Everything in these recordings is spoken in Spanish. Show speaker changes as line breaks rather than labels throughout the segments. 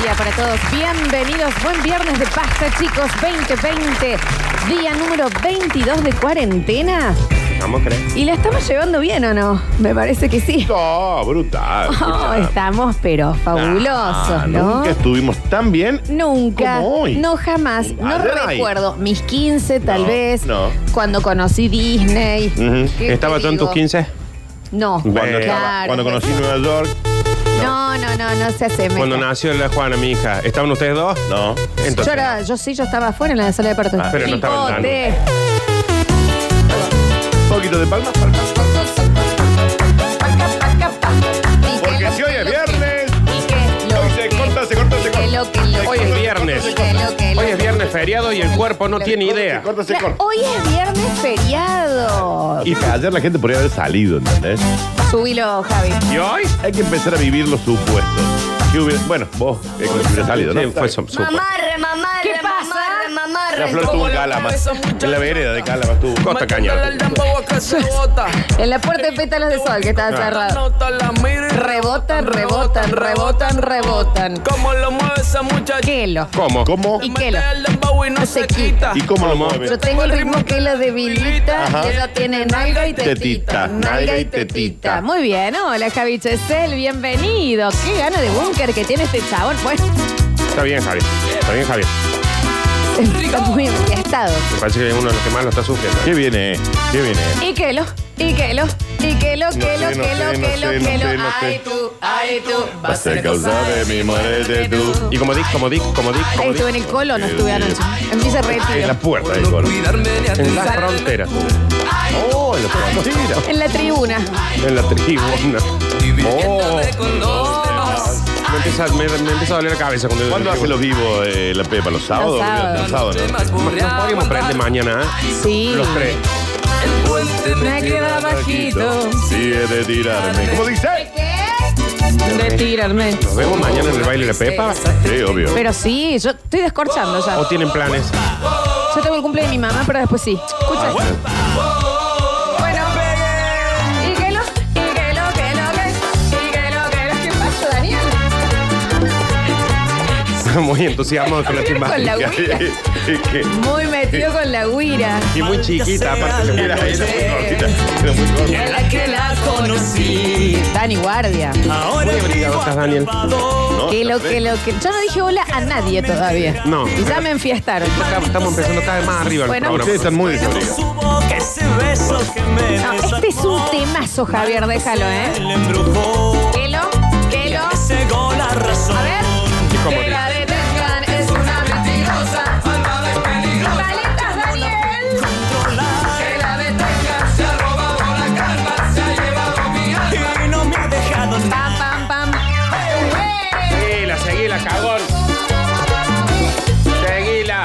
día para todos. Bienvenidos. Buen viernes de pasta, chicos. 2020. Día número 22 de cuarentena.
¿Cómo crees?
¿Y la estamos llevando bien o no? Me parece que sí.
No, brutal.
Oh,
brutal.
estamos, pero
Ah,
fabulosos, ¿no?
Nunca estuvimos tan bien.
Nunca,
Como hoy.
no jamás, no
Ayer ahí.
recuerdo, mis 15 tal
No,
vez,
no.
cuando conocí Disney.
Ujú.
¿Qué te
¿Estaba tú en
digo?
tus 15?
No,
Cuando,
claro.
estaba- cuando conocí Nueva York.
No, no, no, no se hace
Cuando nació la Juana, mi hija, ¿estaban ustedes dos?
No.
Yo,
Entonces,
era- yo sí, yo estaba afuera en la sala de parto.
Ah, pero
no estaba en la
Chicote.
Un poquito de palmas. palmas. Porque si hoy es viernes, hoy se corta, se corta, se corta.
hoy es viernes. Hoy es viernes feriado y el cuerpo no tiene idea.
Se corta, se
Claro,
corta.
Hoy es viernes feriado.
Y ayer la gente podría haber salido, ¿entendés?
Subilo, Javi.
¿Y hoy?
Hay que empezar a vivir los supuestos. ¿Qué hubiera- bueno, vos, eh, que hubiera salido, ¿no?
Sí, fue su- su-
Mamarre, mamarre,
¿Qué pasa?
mamarre, mamarre.
La flor tuvo en Calamas. En la vereda de Calamas tuvo.
Costa Cañada.
En la puerta de pétalos de sol que
Ah.
estaba cerrada. Rebotan, rebotan, rebotan, rebotan.
Como lo mueve esa muchacha.
Kelo.
¿Cómo?
¿Cómo?
¿Y qué lo?
Mete el dembow y no se quita.
¿Y cómo lo
Yo
mueve?
tengo el ritmo que la debilita
Ajá.
y ella tiene nalga y tetita.
Tetita,
Nalga y tetita. Muy bien, hola Javi Chesel, bienvenido. Qué gana de búnker que tiene este chabón. Bueno,
Está bien, Javier. Está bien, Javier.
está muy enfiestado.
Me parece que es uno de los que más lo está sufriendo.
¿Qué viene? ¿Qué viene?
Y que lo, y que lo, y que lo, que lo,
sé, no
que
sé,
lo,
no
que lo,
sé, no
que
sé,
lo.
no sé.
Ay tú, ay tú.
Va a ser causa de
eh,
mi muerte tú.
Y como Dick, como Dick, como Dick,
Ay,
como
Estuve en
Dick.
el colo, no estuve anoche. Empieza
En la
retiro.
puerta del coro.
En la frontera.
¡Oh, en la frontera!
En la tribuna.
En la tribuna.
¡Oh!
Me empieza, me, me empieza a doler la cabeza cuando
¿Cuándo hace los vivos eh, la Pepa? ¿Los sábados?
sábados.
Los sábados, ¿no?
Nos podríamos prender mañana, ¿eh?
Sí.
Los tres.
Me queda bajito.
Sigue de tirarme. ¿Cómo dice?
De tirarme.
Nos vemos mañana en el baile de la Pepa.
Sí, obvio.
Pero sí, yo estoy descorchando ya.
¿O tienen planes?
Yo tengo el cumple de mi mamá, pero después sí. Escucha.
bueno.
Bueno. Y que lo, y que lo, que lo, que, y que lo, que lo. ¿Qué pasa, Daniel?
Muy entusiasmados con la
Con
timba.
la guira. Muy metido con la guira.
Y muy chiquita, aparte. se
Era, era
murió.
muy cortita. Era muy cortita.
que la conocí. Ah,
Dani Guardia.
Ahora
Muy abrigado estás, Daniel.
No,
Que lo,
está
que lo, que. Yo no dije hola a nadie todavía.
No.
Y ya me enfiestaron.
Estamos estamos empezando cada vez más arriba el
Bueno.
programa.
Ustedes están muy desabrigados.
subo que ese beso que me
No, este es un temazo, Javier, déjalo, ¿eh?
le embrujó.
Que lo, que lo.
Cegó la razón.
A ver.
¿Y cómo
Que
dice?
la detengan, es una mentirosa. ¡Paletas, Daniel!
Y no me ha dejado nada.
Pam, pam, pam. ¡Eh!
Seguila, seguila, cagón. Seguila.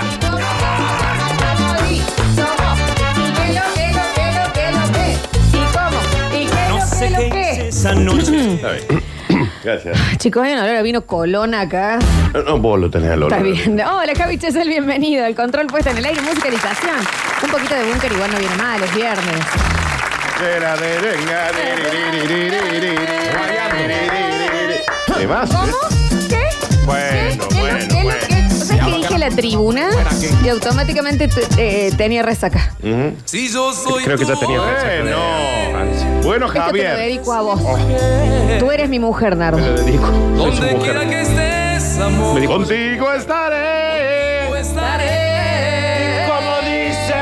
No sé qué hice esa noche.
Está bien. Gracias.
Chicos, hay un olor a vino Colón acá.
No, No, vos lo tenés al olor.
Está bien. Hola, Javi Chesel, bienvenido. El control puesto en el aire, musicalización. Un poquito de búnker igual no viene mal, es viernes.
Era de venga, de ri, ri, ri, ri, ri, ri, ri, ri, ri, ri. ¿Qué más?
¿Cómo? ¿Qué?
Bueno,
¿Qué?
bueno,
¿Qué?
bueno.
¿Qué? ¿Sabes que dije la tribuna? Y automáticamente te- eh, tenía resaca.
Si yo soy
Creo que ya
tu
tenía
Bueno. Eh, Bueno,
Esto te lo
Javier.
dedico a
Oh.
vos. Tú eres mi mujer,
Me lo
Nardo.
dedico. Soy su
Donde quiera
mujer.
que estés, amor,
Me dijo,
Contigo estaré.
estaré.
Como dice.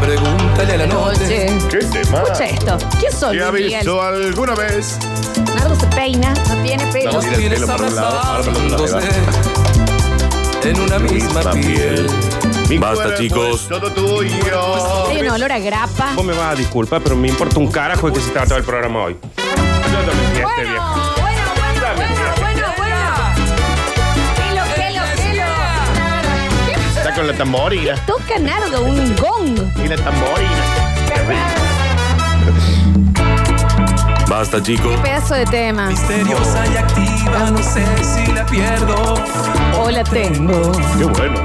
Pregúntale a la
Noche.
¿Qué tema?
Escucha esto. ¿Quién soy
¿Te ha
Luis Miguel?
visto alguna vez?
Nardo se peina, no tiene pelo.
No,
Los
Mira el
tigres
pelo para un lado, ahora para el otro lado, ahí
abrazándose eh. en una misma piel.
Mi
Basta,
cuerpo
chicos.
es Todo tuyo.
Hay un olor a grapa.
Vos me vas a disculpar, pero me importa un carajo de que se trataba el programa hoy. Yo no me fieste, viejo.
Está con la tamborina.
Toca Nardo un gong.
Y la tamborina.
Basta, chicos.
Pedazo de tema.
Misteriosa y activa, no sé si la pierdo.
O la tengo.
Qué bueno,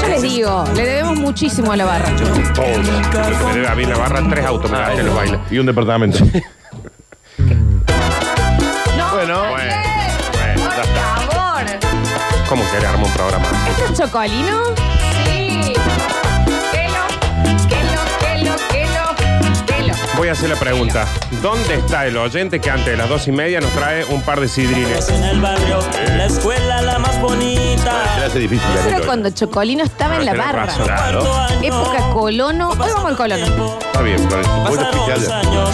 Yo les digo, le debemos muchísimo a la barra.
¿no? Todo.
Tener a mí en la barra tres autos, mira, te los baila.
Y un departamento.
No,
Bueno,
Daniel,
bueno, bueno,
por
ya está.
favor.
¿Cómo que le arma un programa?
¿Esto es chocolino? Sí. Quelo, quelo, quelo, quelo, quelo.
Voy a hacer la pregunta. ¿Dónde está el oyente que antes de las dos y media nos trae un par de sidrines?
en el barrio, la escuela la más
Se le
bonita.
hace difícil.
Eso
Daniel,
era
hoy.
cuando Chocolino estaba en la
Ah, Tenés
barra.
razón.
Claro.
Época colono. Hoy vamos al colono.
Está bien, pero vos lo
Pasaron
escuchás
los
ya.
años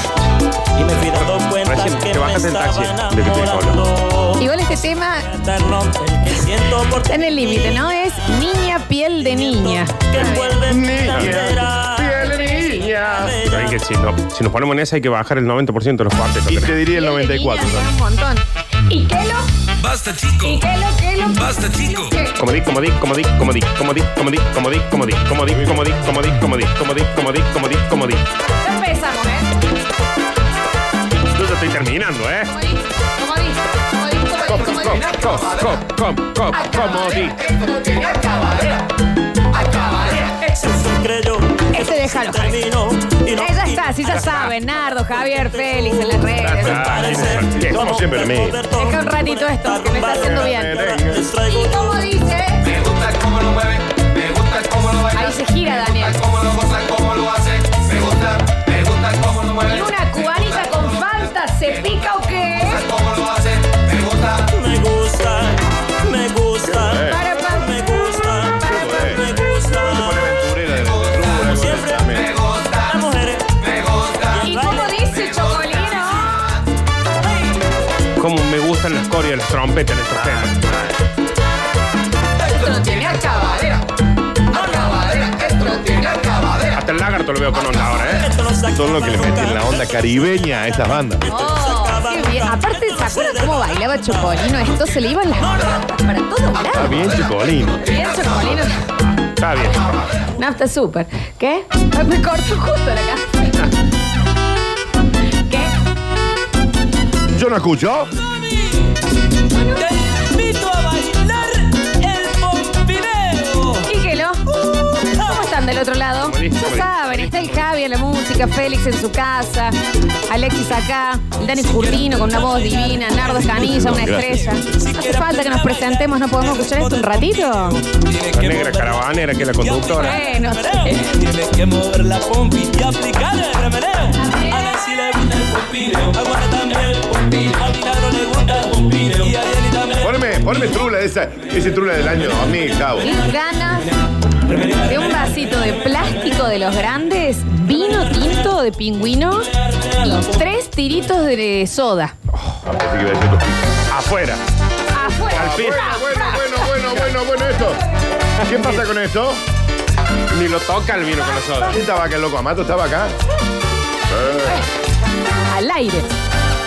y me fui dando cuenta
Recién
que
te
me
bajas del
estaba
taxi de que te
enamorando.
Igual este tema
Eterno, el que siento por
está en el límite, ¿no? Es niña piel de niña.
Que envuelve mi
Niña,
cartera.
piel niña.
Saben que si, no- si nos ponemos en esa hay que bajar el 90% de los partes.
Y te diría el
Piel de
94.
niña,
¿no?
Un montón. ¿Y quelo?
Basta, chico.
¿Quelo, quelo?
Basta, chico.
Como di, como di, como di, como di, como di, como di, como di, como di, como di, como di, como di, como di, como di, como di, como di, como di.
Ya empezamos, ¿eh?
Yo ya estoy terminando, ¿eh?
Como di, como di, como di, como di,
Com, com,
como di.
com, com, com, com, como di.
Jesús creyó que
Este déjalo, Javi.
terminó y no
Eh, Ya está, sí, ya saben. Nardo, Javier, Félix en las redes.
Ah, Bien, como siempre, lo mismo.
Deja un ratito esto, que me está haciendo bien.
Les traigo
¿Y cómo dice?
Me gusta cómo lo mueve, me gusta cómo lo baila.
Ahí se gira, Daniel.
Cómo lo goza, cómo lo hace. Me gusta, me gusta cómo lo mueve.
¿Y una cubanita con falta se pica o qué?
Cómo lo hace, me gusta.
Me gusta, me gusta,
eh.
Para, pa.
me gusta, me
Pone
gusta.
aventurera de aventura, con
Siempre.
el también.
Las mujeres,
¿Y cómo dice Chocolino?
Como me gustan las coreos, las trompetas en estos temas.
Esto no tiene acabadera. Acabadera, esto no tiene acabadera.
Hasta el lagarto lo veo con onda ahora, ¿eh?
esto no se
Son los que le
acaba
meten la
nunca.
onda caribeña a estas bandas.
Oh, qué bien. Aparte, ¿se acuerdan cómo bailaba Chocolino? Esto se le iban las patas para todos
Está
lados.
bien, chicolino.
Bien, Chocolino.
Está bien.
No, está súper. ¿Qué? Ay, Me corto justo la cara. ¿Qué?
Yo no escucho.
Te invito a bailar el Pompideo.
Dígelo. ¿Cómo están del otro lado?
Como dice,
Ya
como
saben, está el Javi en la música, Félix en su casa, Alexis acá, el Dani Curtino con una voz divina, Nardo Escanilla, una estrella.
Gracias.
No hace falta que nos presentemos, ¿no podemos escuchar esto un ratito?
Tienes
La
que
negra
mover
caravanera que es la conductora.
Bueno,
Tienes que mover la pompi y aplicar el remeneo. A ver si le gusta el pompideo. A Juana también el pompideo. A Milagro le gusta el pompideo. Y a Jenny también.
Ponme, ponme trula esa, ese trula del año 2000, chavo.
y ganas de un vasito de plástico de los grandes, vino tinto de pingüino y tres tiritos de soda.
Ah, pensé que iba a decir los picos.
Afuera.
Afuera.
Al piso.
Fra,
Bueno,
fra.
bueno, bueno, bueno, bueno, esto. ¿Qué pasa con esto?
Ni lo toca el vino con la soda.
¿Quién estaba acá, el loco Amato? ¿Estaba acá?
Al aire.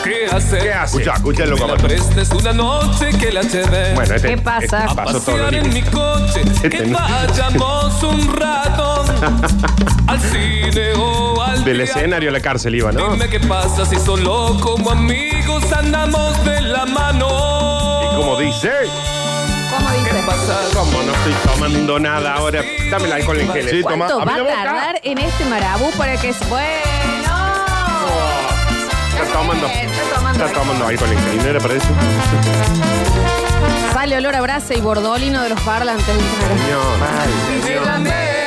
¿Qué hacer?
¿Qué hace?
Escucha, escucha el
Me
loco
la
Amato.
prestes una noche que la lleve.
Bueno, este,
¿Qué pasa?
este
a
pasó todo
pasear en
el
mi coche. Que
tenés?
vayamos un rato al cine o al
Del
teatro.
escenario a la cárcel iba, ¿no?
Dime qué pasa si solo como amigos andamos de la mano.
Y como dice,
¿Cómo
¿Qué
dice?
pasa?
¿Cómo no estoy tomando nada ahora? Dame el alcohol en gel.
Sí, toma.
¿Cuánto va
Abrí
a
la boca.
tardar en este marabú para que es bueno?
Está tomando.
Está tomando.
Está tomando alcohol en gel.
¿no era para eso?
Sale olor a brasa y bordolino de los parlantes.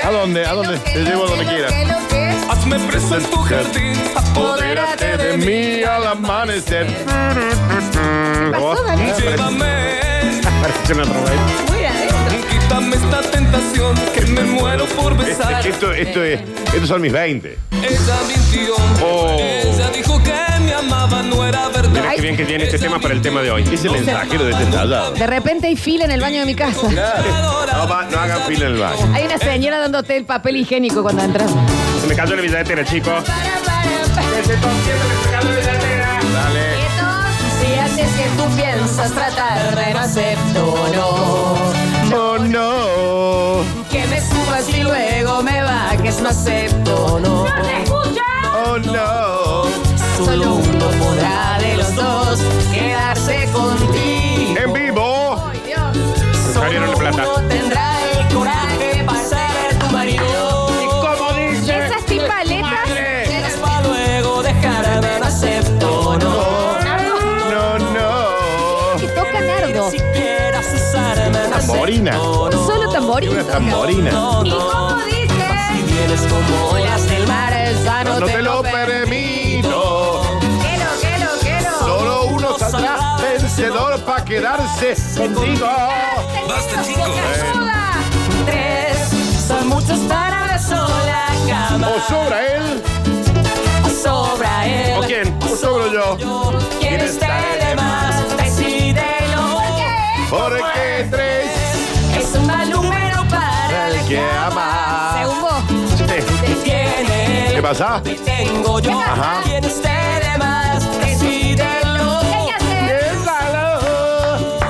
¿A dónde? ¿A dónde? Te llevo a donde quieras.
Hazme preso en tu jardín.
Apodérate de mí al amanecer.
pasó, Dani?
Ah, parece-
Llévame.
Parece una otra vez.
Muy adentro.
Quítame esta tentación que me muero por
Este-
besar.
Esto, esto es, estos son mis 20.
Ella mintió.
Oh.
Ella dijo que me amaba, no era
Mira
verdad.
Ay.
qué bien que tiene este tema para el tema de hoy.
Es el mensajero de este ensayado.
De repente hay fila en el baño de mi casa.
No, va- no hagan fila en el baño.
Hay una señora dándote el papel higiénico cuando entras.
Se me cayó la billetera, chicos.
Dale.
Si haces que tú piensas tratar de no acepto, no.
Oh, no.
Que me subas y luego me bajes, no acepto, no.
Oh, no.
Solo uno por
Dios quedarse contigo.
En vivo.
Ay, Dios.
Salieron de plata.
Solo uno tendrá el coraje para ser tu marido.
Esas tipaletas.
Quieres pa' luego dejarme, no acepto, no.
Nardo,
No, no.
que toca Nardo.
Si quieras usarme, no
Tamborina.
acepto, no.
Solo
Una
tamborito.
tamborina.
No,
¿Y
no.
cómo
Si
dice?
vienes como olas del mar, ya no,
No te lo permito.
Quiero, quiero, quiero.
Solo uno saldrá vencedor para quedarse contigo.
Basta, chicos.
¿eh? Ayuda.
Tres, son muchos para una sola cama.
O sobra él
Sobra él.
¿O quién?
o sobro yo.
¿Quieres estar de más? Decídelo.
Porque tres
Es un mal número para
el que ama.
Según vos.
Sí.
Te tiene él,
¿Qué pasa?
te tengo yo.
Ajá.
¿Quieres estar de más? Decídelo.
¿Qué hay que hacer?
Piénsalo.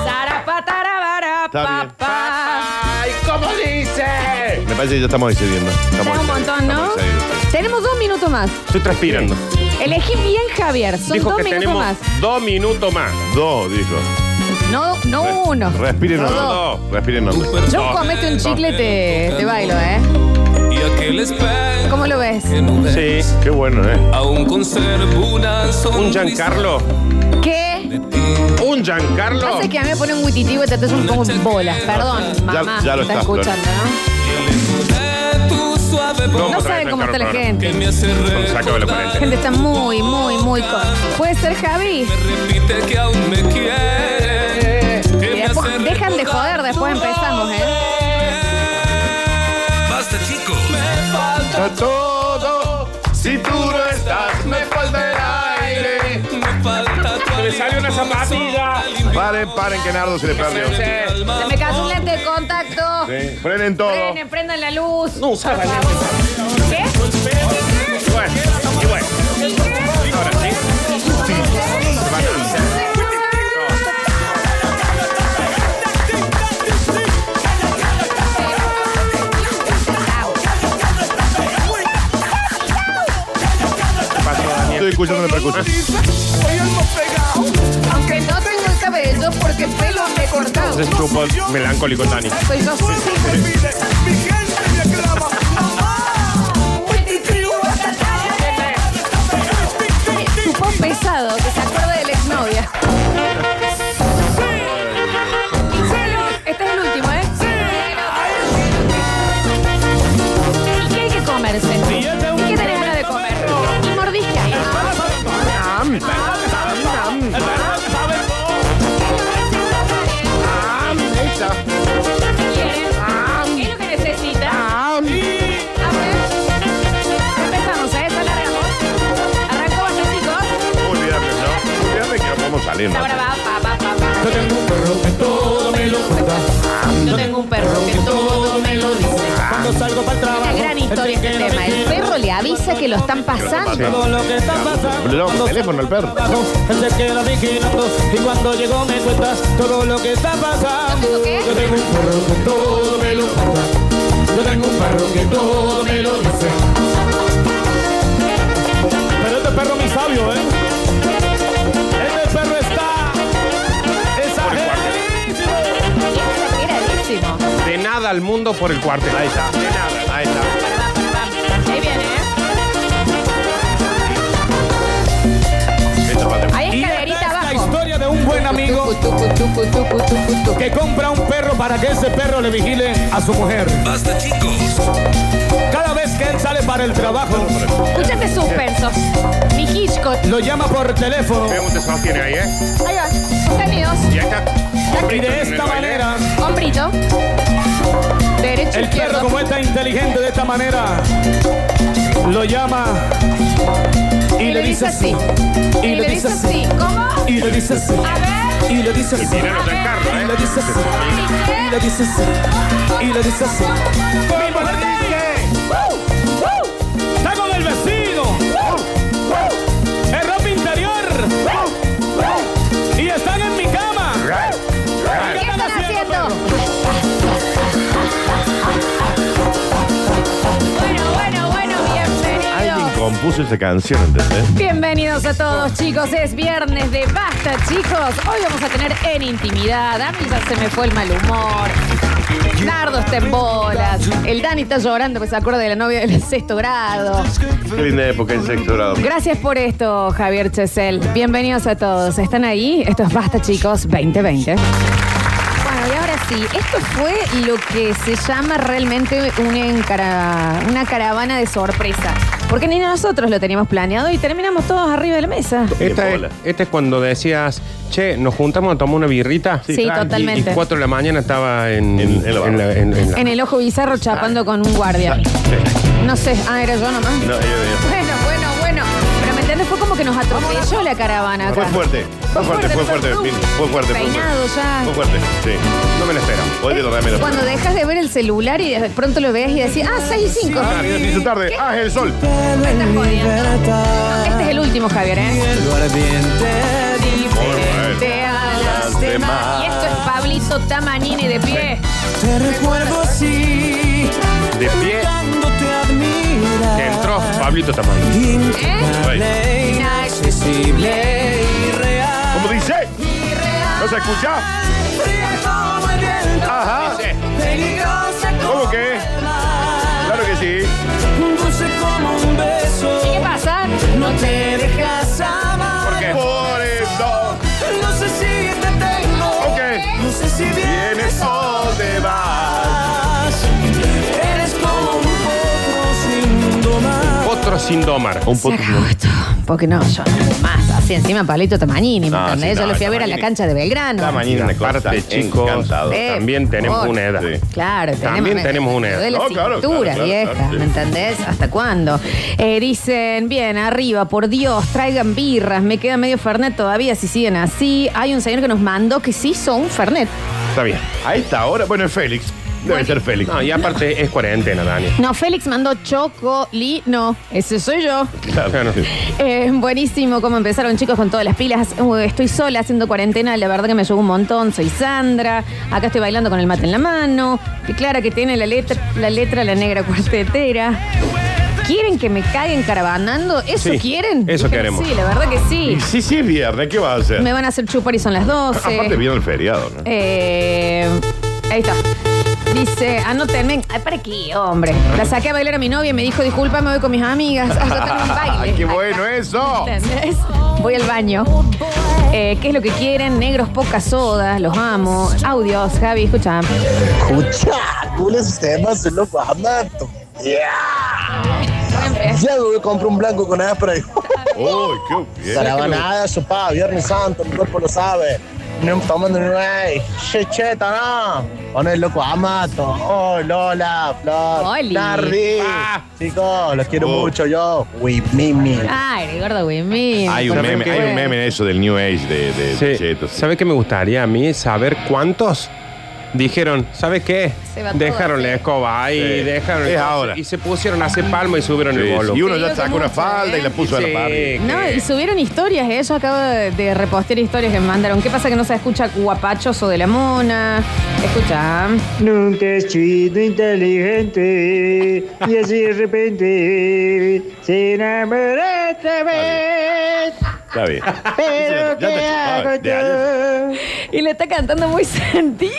Sarapatarabara,
Está bien.
papá.
Ay, ¿cómo dice? Me parece que ya estamos excediendo. Estamos
Es un
excediendo,
montón, ¿no?
estamos excediendo.
Tenemos dos minutos más.
Estoy transpirando.
Elegí bien, Javier. Son
Dijo
dos
que
minutos
tenemos
más.
dos minutos más.
Dos, dijo.
No, no uno.
Respiren
No,
hondo. Respiren hondo.
Yo comete un chicle, te, te bailo, ¿eh?
Y aquel espejo
¿Cómo lo ves?
que no ves,
Sí.
Qué bueno, ¿eh?
Aún conservo una sonrisa.
Un Giancarlo.
¿Qué?
Un Giancarlo.
Pasa que a mí me pone un huititivo y te haces un poco bolas. Perdón, mamá.
ya lo
que está
estás,
escuchando, ¿no?
De tu suave voz
No
otra
saben
vez
cómo está la
Giancarlo,
que
gente.
me hace
Con saco de la
recordar.
La
cuarentena.
gente está muy, muy, muy con. ¿Puede ser Javi?
Repite que aún me quiere.
Y después, dejan de joder, después empezamos, ¿eh?
Basta, chicos.
A todo. Si tú no estás, me falta el aire.
Me falta tu
Me sale una zapatilla.
Paren, paren, que Nardo se le perdió.
Se me cayó un lente de contacto.
Sí. Frenen todo.
Prenden, prendan la luz.
No usaba lentes.
¿Qué?
Bueno, y bueno. Ahora sí.
Estoy escuchando la percusión.
Aunque no tengo el cabello porque pelo me he cortado.
Es grupo melancólico, Dani.
Soy yo. Chupón pesado, que se acuerda de la exnovia. Este es el último, ¿eh? ¿Y qué hay que comerse? ¿Y qué tenés ganas de comer? Y mordisca. ¿Qué es lo que necesita? A ver. Empezamos, ¿eh? Salaremos. Arrancó así, chicos.
Muy bien, ¿no? Muy bien, que no podemos salir, ¿no?
Ahora va, pa, pa, pa, pa. Yo tengo un perro que todo me lo dice.
Cuando salgo para el
Una
trabajo.
gran historia este tema. El perro le avisa que lo están pasando.
Todo lo que está pasando.
Habló con teléfono el perro.
Trabajo, él se queda vigilando. Y cuando llegó me cuentas todo lo que está pasando.
¿Tengo qué?
Yo tengo un
perro que todo me lo cuenta. Yo tengo un perro que todo me lo dice.
Pero este perro es muy sabio, ¿eh? Este perro está. exageradísimo.
Era décimo.
De nada al mundo por el cuarto. Ahí está. De nada. Ahí está.
Ahí viene, ¿eh?
Esto va de-
Ahí
Y esta
escalerita
es la
abajo.
historia de un buen amigo que compra un perro para que ese perro le vigile a su mujer.
Basta, chicos.
Cada vez que él sale para el trabajo,
Escúchate sus versos. este Mi Hitchcock.
lo llama por teléfono.
Veo un tesoro tiene ahí, ¿eh?
Ahí va. Sonidos.
Y ahí está.
Y
Hombrito en
de
el
esta
baile.
manera,
Hombrito. Derecho,
el perro
izquierdo.
como está inteligente de esta manera, lo llama y, le dice así.
Y le dice así. ¿Cómo?
Y le dice así.
A ver.
Y le dice así.
Mira los Giancarlo,
Y
¿eh?
le dice así. Y le dice así. Y le dice así. Mi mujer dice. Saco del vestido. Es ropa interior. Y están en mi cama.
¿Qué están haciendo? Bueno, bueno, bueno, bienvenidos.
compuso esa canción, ¿entendés?
Bienvenidos a todos, chicos. Es viernes de Basta, chicos. Hoy vamos a tener en intimidad. A mí ya se me fue el mal humor. Nardo está en bolas. El Dani está llorando porque se acuerda de la novia del sexto grado.
Qué linda época en sexto grado.
Gracias por esto, Javier Chesel. Bienvenidos a todos. ¿Están ahí? Esto es Basta, chicos, 2020. Bueno, y ahora sí, esto fue lo que se llama realmente una, encara- una caravana de sorpresa. Porque ni nosotros lo teníamos planeado y terminamos todos arriba de la mesa.
Esta
Qué
es,
bola.
esta es cuando decías, che, nos juntamos a tomar una birrita.
Sí, Sí, tranqui. totalmente.
Y 4 de la mañana estaba en,
En- en la barra.
la- en la-
En el ojo bizarro chapando con un guardia. No sé, ah, era yo nomás.
No, yo- yo-
Bueno, bueno, bueno. Pero me entendés, fue como que nos atropelló la caravana acá.
Fue fuerte, fue fuerte, fue fuerte, Mil, fue fuerte. fue
Peinado
fuerte.
ya.
Fue fuerte, sí.
No me la espero.
Hoy de los remeros.
Cuando dejas de ver el celular y de pronto lo ves y decís, ah, 6 y 5.
Ah, mira, se hizo tarde.
¿Qué?
Ah, es el sol.
Me estás jodiendo. Este es el último, Javier, ¿eh? Diferente a las demás. Y esto es Pablito Tamanini de pie. ¿eh?
Te recuerdo así,
De pie
cuando te admiras.
entró Pablito Tamayo.
¿Eh?
Ley inaccesible y real.
Como dice, ¿no se escucha?
Fría como el viento,
Ajá.
peligrosa
¿Cómo
como
que?
el mar,
Claro que sí.
dulce como un
¿Qué
beso.
pasa?
No te dejas
¿Por
amar.
qué?
Por eso,
No sé si te tengo.
ok.
No sé si
Vienes
vienes o
o te vas.
vas. Eres como un potro sin domar.
Otro sin domar.
Un
Se acabó esto. Porque no, yo no más. Así encima Pablito Tamanini, ¿me
No, sí,
entendés? Yo
no,
lo fui a ver a la
Tamanini.
cancha de Belgrano.
mañana una cosa
Aparte, chicos,
encantado.
Eh,
también tenemos
por-
una edad.
Sí.
Claro, tenemos,
También tenemos una
me
edad.
duele la
No, claro,
cintura,
claro, claro,
vieja,
claro, sí.
¿me entendés? ¿Hasta cuándo? Eh, dicen, bien, arriba, por Dios, traigan birras, me queda medio Fernet todavía si siguen así. Hay un señor que nos mandó que se hizo un Fernet.
Está bien.
A esta hora, bueno, es Félix. Debe ser Félix.
No, y aparte es cuarentena, Dani.
No, Félix mandó chocolino, ese soy yo.
Claro.
Eh, buenísimo cómo empezaron chicos con todas las pilas. Uy, estoy sola haciendo cuarentena, la verdad que me llegó un montón. Soy Sandra, acá estoy bailando con el mate en la mano. Que Clara que tiene la letra, la letra la negra cuartetera. ¿Quieren que me caguen caravanando? ¿Eso
Sí,
quieren?
eso
Dijeron,
queremos.
Sí, la verdad que sí.
Y sí, sí es viernes, ¿qué va a hacer?
Me van a hacer chupar y son las 12.
Aparte viene el feriado, ¿no?
Eh, ahí está. Dice, anótenme. Ay, para aquí, hombre. La saqué a bailar a mi novia y me dijo, disculpa, me voy con mis amigas. Ah, yo tengo un baile.
¡Qué bueno eso!
¿Entendés? Voy al baño. Eh, ¿Qué es lo que quieren? Negros, pocas sodas, los amo. Audios, Javi, escucha.
Escucha, tú los temas se los vas a matar.
Siempre.
Ya me compro un blanco con áspera y
¡Uy, qué bien!
sarabanada, sopa, Viernes Santo, mi cuerpo lo sabe. No tomando nueve, che cheta, no. Con el loco Amato, oh Lola, Flor,
Oli.
Nardi.
Ah.
Chicos, los quiero
Oh.
mucho yo. Uy, mimi.
Ay, gordo Wimmy.
Hay un
Pero
meme,
que-
hay un meme en eso del New Age de, de
Sí.
Cheto, sí.
¿Sabes qué me gustaría a mí? Saber cuántos dijeron, ¿sabes qué?
Se va todo,
Dejaron la
sí.
escoba ahí,
Sí.
dejaron
Es ahora.
Y se pusieron a hacer palma y subieron
Sí,
el bolo.
sí, Y uno
Te digo
ya
que
sacó una
mucho,
falda
¿eh?
y la puso a
Sí.
la parrilla.
No, y subieron historias, ¿eh? Yo acabo de, de repostear historias que me mandaron. ¿Qué pasa que no se escucha guapachos o de la mona? Escucha.
Nunca he sido inteligente y así de repente se enamoré otra vez.
Ah,
Está bien.
Pero
Ya
¿qué
te- ah,
hago
de ayer.
yo?
Y le está cantando muy sentido.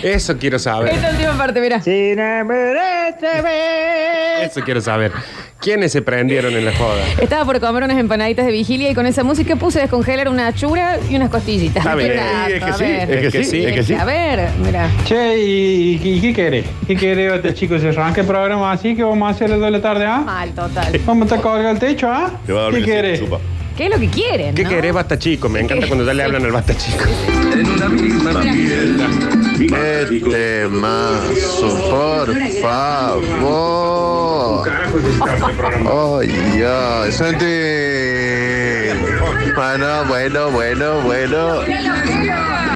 Eso quiero saber.
Esta última parte, mira.
Se enamoré otra vez.
Eso quiero saber. ¿Quiénes se prendieron en la joda?
Estaba por comer unas empanaditas de vigilia y con esa música puse a descongelar una achura y unas costillitas.
Está bien.
Mira,
Sí, es que
a
sí,
ver.
es que sí, es que sí.
A ver, mira.
Che, ¿y, y qué quiere? ¿Qué quiere este chico? Se arranca el programa así que vamos a hacer las dos de la tarde, ¿ah?
Mal, total.
Eh.
Vamos a colgar el techo, ¿ah?
Te va a
¿Qué
dormir
quiere?
chupa.
¿Qué es lo que quieren?
¿Qué
no?
querés, basta chico? Me encanta cuando ya le hablan al basta chico.
Este mazo, por favor. Oye, Santi. Bueno, bueno, bueno, bueno.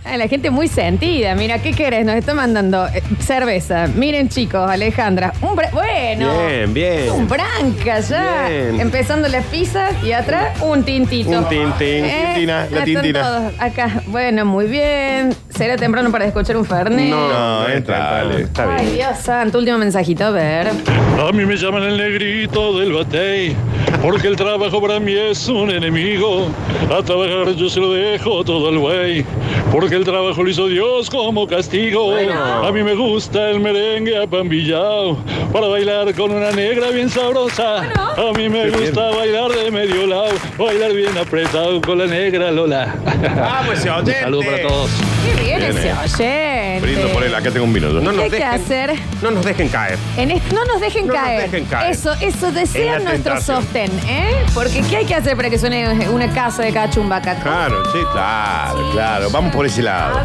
Ah, La gente muy sentida. Mira, ¿qué querés? Nos está mandando eh, cerveza. Miren, chicos, Alejandra. Un bra- bueno.
Bien,
Un
bien.
branca ya.
Bien.
ah. Empezando las pizzas y atrás un tintito. Eh,
Un tintín.
tintina, la
están
tintina.
todos acá. Bueno, muy bien. ¿Será temprano para escuchar un Fernet?
No, entra, dale. Está
Ay,
bien.
Dios santo, último mensajito, a ver.
A mí me llaman el negrito del batey, porque el trabajo para mí es un enemigo. A trabajar yo se lo dejo todo al güey, porque el trabajo lo hizo Dios como castigo. A mí me gusta el merengue apambillado, para bailar con una negra bien sabrosa. A mí me gusta bailar de medio lado, bailar bien apretado con la negra Lola.
Vamos, ese oyente.
Saludos para todos.
Qué bien,
Bien,
ese
eh.
oyente.
Brindo por él, acá tengo un vino yo.
No nos ¿Qué hay que hacer?
No nos dejen caer.
En est- no nos dejen
No nos
caer.
dejen caer.
Eso, eso
Es
desea
la
nuestro
tentación.
sostén, ¿eh? Porque ¿qué hay que hacer para que suene una casa de cachumbaca?
Claro, sí, claro, claro. Vamos por ese lado.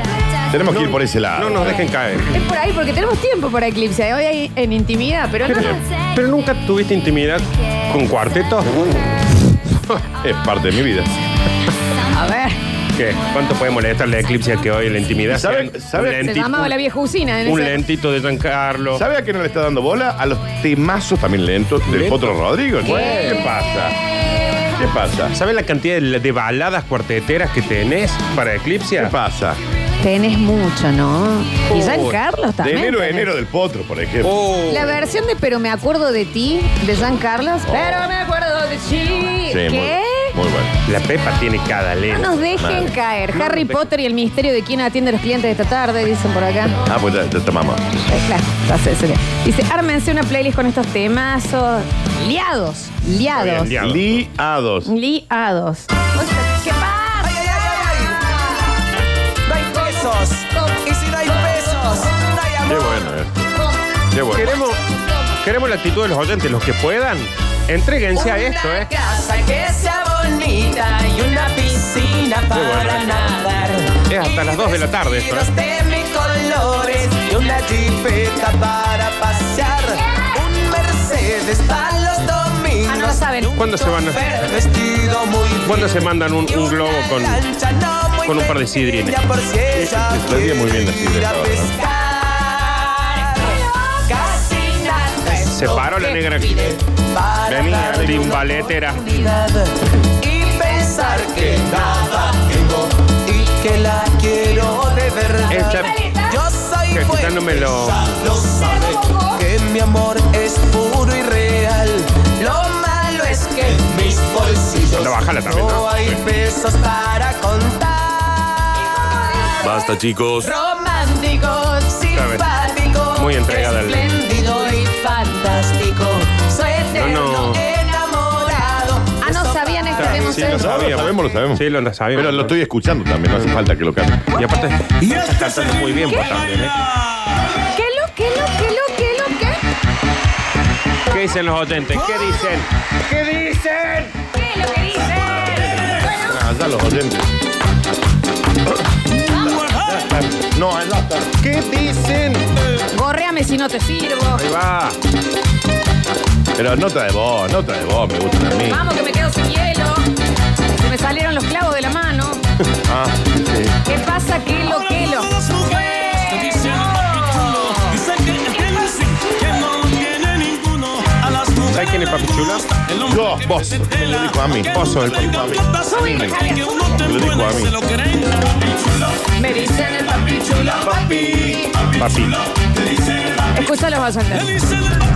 Tenemos que ir por ese lado.
No nos dejen caer.
Es por ahí, porque tenemos tiempo para Eclipse. Hoy hay en intimidad, pero no.
Pero nunca tuviste intimidad con cuarteto.
Es parte de mi vida.
A ver,
¿Qué? ¿Cuánto puede molestar la eclipse que hoy la intimidad?
¿Saben-
sea
saben-
un
se
lentito-
llamaba la vieja usina en
Un
ese.
lentito de Giancarlo.
¿Sabe a qué no le está dando bola? A los temazos también lentos del
Lento.
Potro Rodrigo. ¿Qué pasa? ¿Qué pasa?
¿Saben la cantidad de, de baladas cuarteteras que tenés para Eclipse?
¿Qué pasa?
Tenés mucho, ¿no? Y
Oh,
San Carlos
De
también.
enero a
tenés.
enero del Potro, por ejemplo.
Oh.
La versión de Pero me acuerdo de ti, de San Carlos. Pero me acuerdo de ti.
Oh. Sí, muy-
¿Qué?
Muy, bueno.
La Pepa tiene cada
No
letra.
Ah, nos dejen
Madre.
caer.
No
Harry
nos dejen-
Potter y el misterio de quién atiende a los clientes esta tarde, dicen por acá.
Ah, pues ya, ya está mamá.
Eh, Claro, ya sé, se ve. Dice, ármense una playlist con estos temazos. Liados, liados,
Está Liados.
Liados.
liados. Ah, O sea, ¿Qué
Ay, ay, ay,
pasa?
No hay pesos. Y si no hay pesos, no hay
Qué
amor.
bueno esto. Qué bueno.
Queremos, queremos la actitud de los oyentes, los que puedan. Entréguense a esto, ¿eh?
Una casa que sea bonita y una piscina para
bueno.
nadar.
Es hasta las 2 de la tarde esto, ¿eh?
Vestidos de mil colores y una jipeta para pasear. Un Mercedes para los domingos.
Ah, no saben.
¿Cuándo se van a-
chofer Vestido muy
¿Cuándo se
bien.
mandan un,
Y
un globo
una
con.?
lancha no muy
con un par de sidrines?
pequeña por si ella
Está bien, muy bien la
quiere ir
sidra
a
ahora, ¿no?
pescar. Casi nada es
Se
lo
paró la
que
negra.
pide para
Venía
darle una
timbaletera.
y pensar que nada tengo y que la quiero de verdad.
Esta-
Yo soy
que
fuerte,
quitándomelo.
ya lo sabe, que mi amor es puro y real. Lo malo es que en mis bolsillos
Anda, bájala también, ¿no?
no hay pesos para contar.
Basta chicos.
Romántico, simpático,
Muy entregada al-
espléndido y fantástico. Soy eterno
no.
enamorado.
Ah, no sabían esto que hemos
Sí, lo
hecho.
Lo
sabíamos.
sabemos, lo sabemos.
Sí, lo sabíamos.
Pero lo estoy escuchando también, no hace falta que lo cante.
Y este aparte, estás cantando muy bien vos también, ¿eh?
¿Qué lo, qué lo, qué lo, qué lo, qué?
¿Qué dicen los oyentes? ¿Qué dicen? ¿Qué dicen?
¿Qué lo que dicen?
Allá Ah, los oyentes. No, allá está.
¿Qué dicen?
Gorreame si no te sirvo.
Ahí va.
Pero nota de voz, nota de voz, me gusta a mí.
Vamos que me quedo sin hielo. Se me salieron los clavos de la mano.
Ah, sí.
¿Qué pasa? ¿Qué lo, qué lo?
Todas mujeres que dicen papi chulo, dicen que que dicen que no tiene ninguno. A las mujeres
¿Sabes quién es papi chulo?
el hombre
Yo,
que
vos.
se
Me lo
tela,
dijo a mí.
que
Vos sos el
no
papi
le
chulo.
encanta salir,
Me lo
que uno te
dijo a
duele,
mí.
se lo creen.
Me dicen el papi chulo, papi.
Papi,
Escucha los oyentes.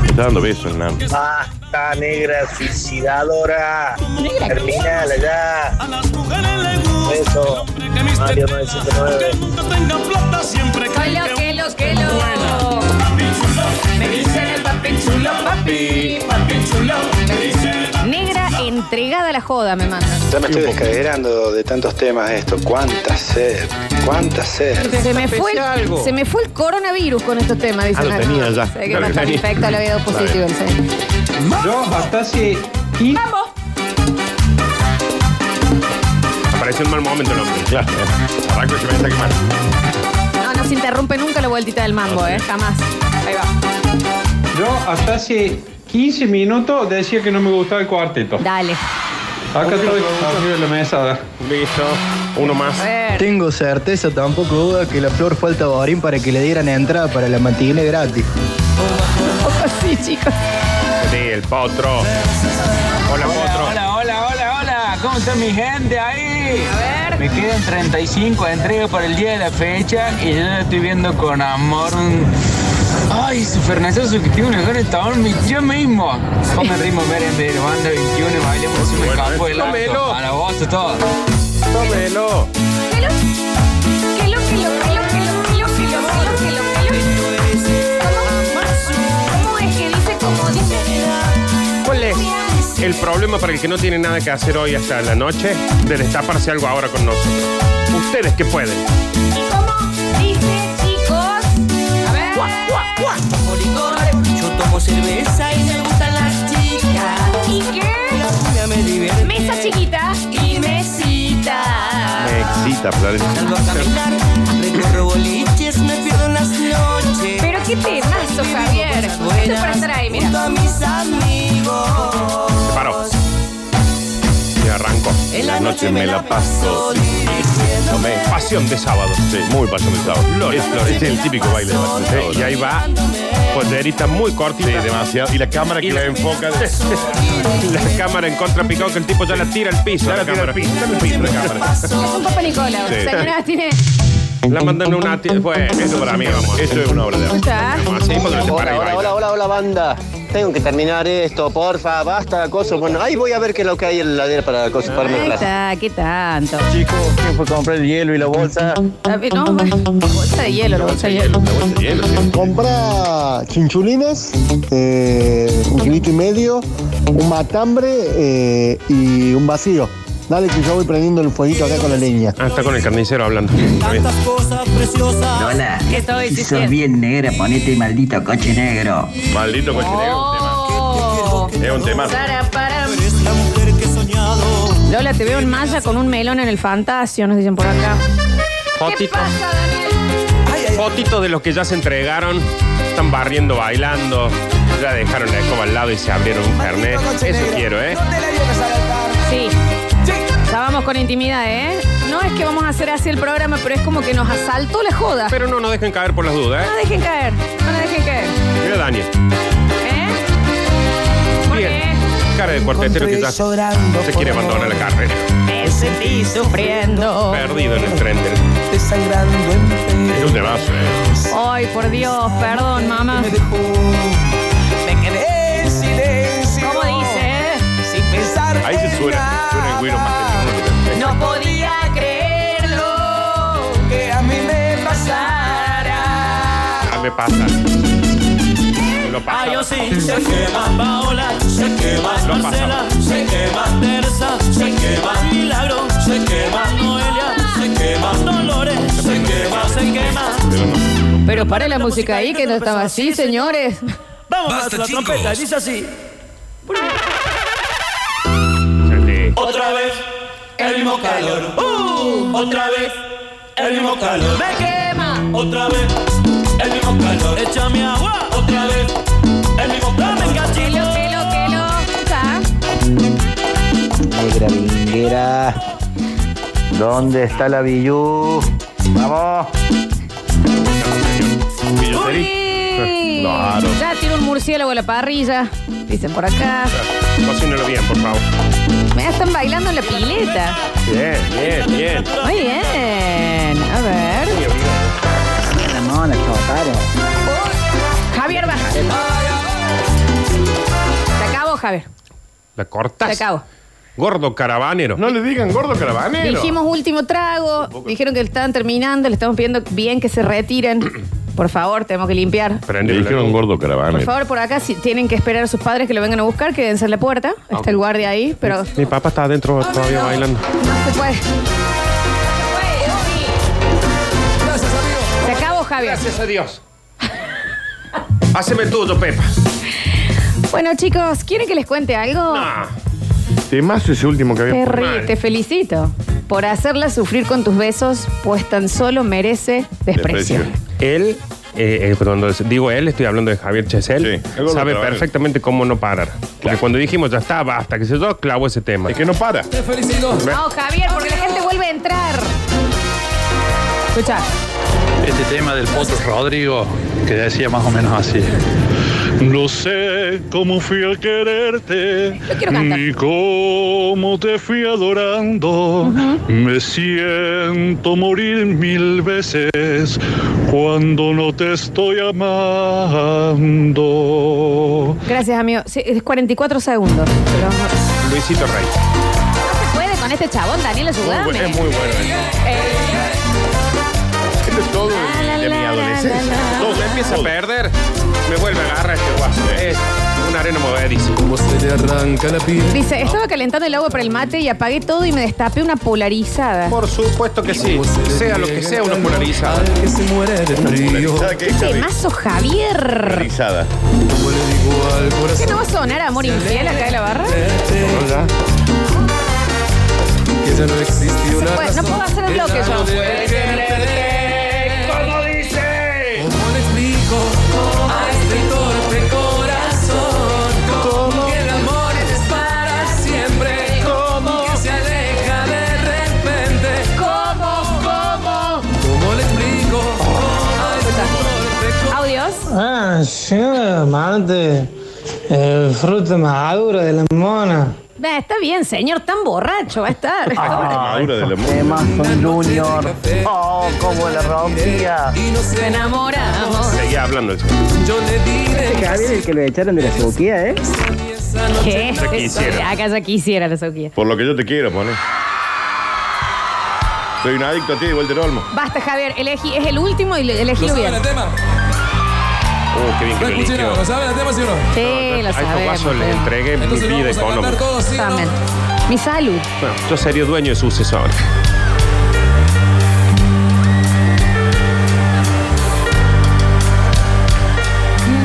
te está dando besos, Hernán.
Basta, negra suicidadora.
Negra, ¿qué?
Terminala ya.
A las mujeres les gusta
Eso.
el hombre que mis
Mario
tetas,
979.
que nunca tenga plata, siempre
Soy
creen
lo
que
que lo que lo. Me dicen el papi chulo, papi. Negra entregada a la joda, me mandan.
Ya me estoy descaderando de tantos temas esto. Cuánta sed, cuánta sed.
Se me, fue el,
algo.
se me fue el coronavirus con estos temas, dicen
Ah, lo
acá.
tenía ya.
Sé que
Lo
no está
tenía.
infecto, le había dado
Está
positivo el señor.
Yo hasta si... Y
¡Vamos!
Apareció un mal momento el hombre.
Claro. Arranco y se me está quemando.
No, no se interrumpe nunca la vueltita del mambo, ¿eh? Jamás. Ahí va.
yo hasta hace 15 minutos decía que no me gustaba el cuarteto.
Dale.
Acá estoy arriba de la mesa.
Listo. Uno más.
A ver.
Tengo certeza, tampoco duda, que la flor fue al taborín para que le dieran entrada para la matiné gratis.
Sí, chicos.
Sí, el potro. Hola, potro.
A ver.
Me quedan 35 entregas para el día de la fecha y yo la estoy viendo con amor. Ay, su Fernandazo que tiene un lugar en Taón, yo mismo. Come ritmo merendero, banda 21, baile por su escapó el auto. Para vos, todo.
Tómelo.
¿Cómo es que dice como dice?
¿Cuál es el problema para el que no tiene nada que hacer hoy hasta la noche de destaparse algo ahora con nosotros? Ustedes que pueden.
Dice, chicos. A ver.
Tomo licor, yo tomo cerveza y me gustan las chicas.
¿Y qué?
Ya me divierte.
Mesa chiquita.
Y mesita.
Me excita,
Salgo a
Florencia.
caminar, recorro boliches, me pierdo en las noches.
Pero qué temazo, Javier. Esto es para estar ahí, mira.
Junto a mis amigos.
Se paró. Y arranco.
En la noche me la
paso.
Tomé. Pasión de sábado.
Sí, muy pasión de sábado.
Lola.
Es, Florencia, es el típico baile de pasión de sábado.
Y ahí va. Pollerita muy cortita.
Sí, demasiado. Y la cámara que la, enfoca. de-
la cámara en contra picado que el tipo ya la tira al piso.
Ya la tira al piso, ya la tira al
la cámara.
Es un papá Nicolau.
Sí.
Señora, tiene.
La mandan a una tira. Bueno, eso para mí, vamos.
Eso es una obra de arte.
Escucha.
Así cuando se
Hola,
para y
hola,
baila.
hola, hola, hola, banda. Tengo que terminar esto, porfa, basta, cosas. Bueno, ahí voy a ver qué es lo que hay en la heladera para cosas para mi
Ahí
plaza.
está, qué tanto.
Chicos, ¿quién fue a comprar el hielo y la bolsa?
A ver, No, bolsa de hielo, la bolsa de hielo.
Compra chinchulines, eh, un kilito y medio, un matambre eh, y un vacío. Dale que yo voy prendiendo el fueguito acá con la leña.
Ah, está con el carnicero hablando. Está bien.
Cosas preciosas.
Lola,
¿Qué estoy
sos
diciendo?
bien negra, ponete maldito coche negro.
Maldito coche
Oh.
negro. Es un tema.
Sara, para. Lola, te veo en malla con un melón en el fantasio, nos dicen por acá. ¿Qué
Fotito.
pasa, Daniel?
Fotitos de los que ya se entregaron. Están barriendo, bailando. Ya dejaron la escoba al lado y se abrieron un fernet. Eso quiero, ¿eh?
Sí. Ya vamos con intimidad, ¿eh? No es que vamos a hacer así el programa, pero es como que nos asaltó la joda.
Pero no nos dejen caer por las dudas,
No
¿eh?
la dejen caer, no la dejen caer.
Mira, Daniel.
¿Eh? ¿Por qué?
Cara de cuartetero que ya se quiere abandonar la carrera.
Me sentí sufriendo.
Perdido en el tren del...
Desangrando
Es un temazo, ¿eh?
Ay, por Dios, perdón, mamá.
Me quedé en silencio.
¿Cómo dice?
Sin pensar
Ahí se
en
suena.
nada.
Suena el güiro más que
No podía
creerlo que a mí me pasara.
Ah, me pasa. Lo pasa.
Ah, yo sí. Sé que más Paola, sé que más
Lo
Marcela, sé que más Teresa, sé que más Milagro, sé que más Noelia, sé que más Dolores, sé que más, sé que más.
Pero para la música ahí que no estaba así, señores.
Vamos a la trompeta, dice así. Otra vez el mismo calor. Uh, otra vez el mismo calor.
Me quema.
Otra vez el mismo calor. Échame agua. Otra vez el mismo calor. Dame
Que lo,
cachito.
que lo, que lo. Está.
Negra vinguera, ¿dónde está la Billú? ¡Vamos!
Uy.
Claro.
Ya tiene un murciélago en la parrilla. Dicen por acá.
Cocínalo bien, por favor.
Me están bailando en la pileta.
Bien, bien, bien.
Muy bien. A ver.
La mona, chotaro.
Javier, baja. Te acabo, Javier.
La
Te
cortás.
acabo.
Gordo caravanero.
No le digan gordo caravanero.
Dijimos último trago. Dijeron que estaban terminando. Le estamos pidiendo bien que se retiren. Por favor, tenemos que limpiar.
Le dijeron gordo
Por
caravanero.
favor, por acá, si tienen que esperar a sus padres que lo vengan a buscar, quédense en la puerta. Está el guardia ahí, pero Oh, no
Ah, Mi papá está adentro todavía bailando.
se puede. Se acabó, Javier.
Gracias a Dios. Haceme tuyo, Pepa.
Bueno, chicos, ¿quieren que les cuente algo?
Ah.
Temazo ese último que había.
Terry, te felicito por hacerla sufrir con tus besos, pues tan solo merece desprecio.
Él, eh, eh, cuando digo él, estoy hablando de Javier Chesel,
El gordo
sabe
caravanero.
perfectamente cómo no parar. Porque cuando dijimos ya está, basta, que se yo, clavo ese tema. Es
que no para.
Te felicito.
No, Javier, porque la gente vuelve a entrar. Escucha,
Este tema del Potro Rodrigo
que decía más o menos así. No sé cómo fui a quererte,
quiero cantar.
ni cómo te fui adorando. Me siento morir mil veces cuando no te estoy amando.
Gracias, amigo. Sí, es 44 segundos. Pero no
Luisito Rey.
se puede con este chabón, Daniel,
Muy
ayúdame.
bueno, es muy bueno. Esto es todo de, de mi adolescencia. Todo me empieza a perder, me vuelve a agarrar este guaso. Es una arena movediza.
Como se le arranca la piel.
Dice, estaba calentando el agua para el mate y apagué todo y me destapé una polarizada.
Por supuesto que sí. Sea lo que sea, una polarizada.
Que se muere de frío.
Qué temazo, Javier.
Rizada.
¿Qué no va a sonar amor infiel acá de la barra?
Que ya no existe una
Bueno, no puedo hacer el bloque yo.
¿Cómo dice? ¿Cómo le explico a este torpe corazón? ¿Cómo? Que el amor es para siempre. ¿Cómo? Que se aleja de repente. ¿Cómo? ¿Cómo? ¿Cómo le explico a este torpe
¿Audios?
Ah, sí, Marte. El fruto maduro de la mona.
Nah, está bien, señor, tan borracho va a estar.
Ah. Madura del amor.
Además con Junior. Oh, cómo la rompía.
Se enamoramos.
Seguía hablando eso.
Yo le diré
Este Javier el que lo echaron de la sequía, ¿eh?
¿Qué?
Ya quisiera.
Acá ya quisiera la soquía.
Por lo que yo te quiero, pone. Soy un adicto a ti, igual del Olmo.
Basta, Javier, elegí, es el último y le- elegí
¿No
bien.
saben el tema?
Oh, qué bien que
No
lo
escuché
eligió.
nada. ¿No saben el tema, sí o no?
Sí, lo
A estos
sabemos. eh.
guasos les entregué mi
Entonces lo
vida
vamos a cantar
económica.
todos, ¿sí o no?
Amén. Mi salud.
Bueno, yo sería dueño de sucesor.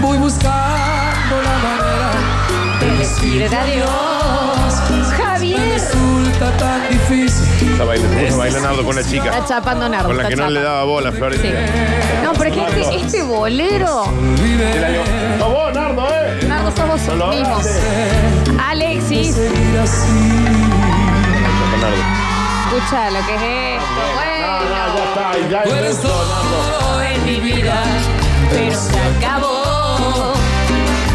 Voy buscando la manera de decirte adiós.
Javier.
Resulta tan difícil.
Está bailando, está bailando con la chica.
Está chapando Nardo.
Con la
está
que no le
chapando.
daba bola, Florencia.
No, pero es que este, este bolero.
Te la dio. ¡A vos, Nardo, eh!
Nardo, somos
No lo
mismos. Alexis,
Con Nardo.
escucha lo que es esto. Bueno.
Ya está, ya
Tú eres todo en mi vida, pero se acabó.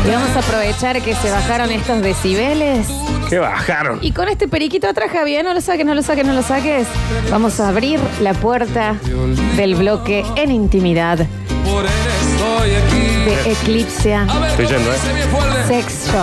Y vamos a aprovechar que se bajaron estos decibeles.
¿Qué bajaron?
Y con este periquito atrás, Javier, no lo saques, no lo saques, no lo saques. Vamos a abrir la puerta del bloque en intimidad
Por él estoy aquí.
de Eclipse
A ver,
Estoy
¿cómo
yendo, ¿eh?
dice bien fuerte?
Sex Shop.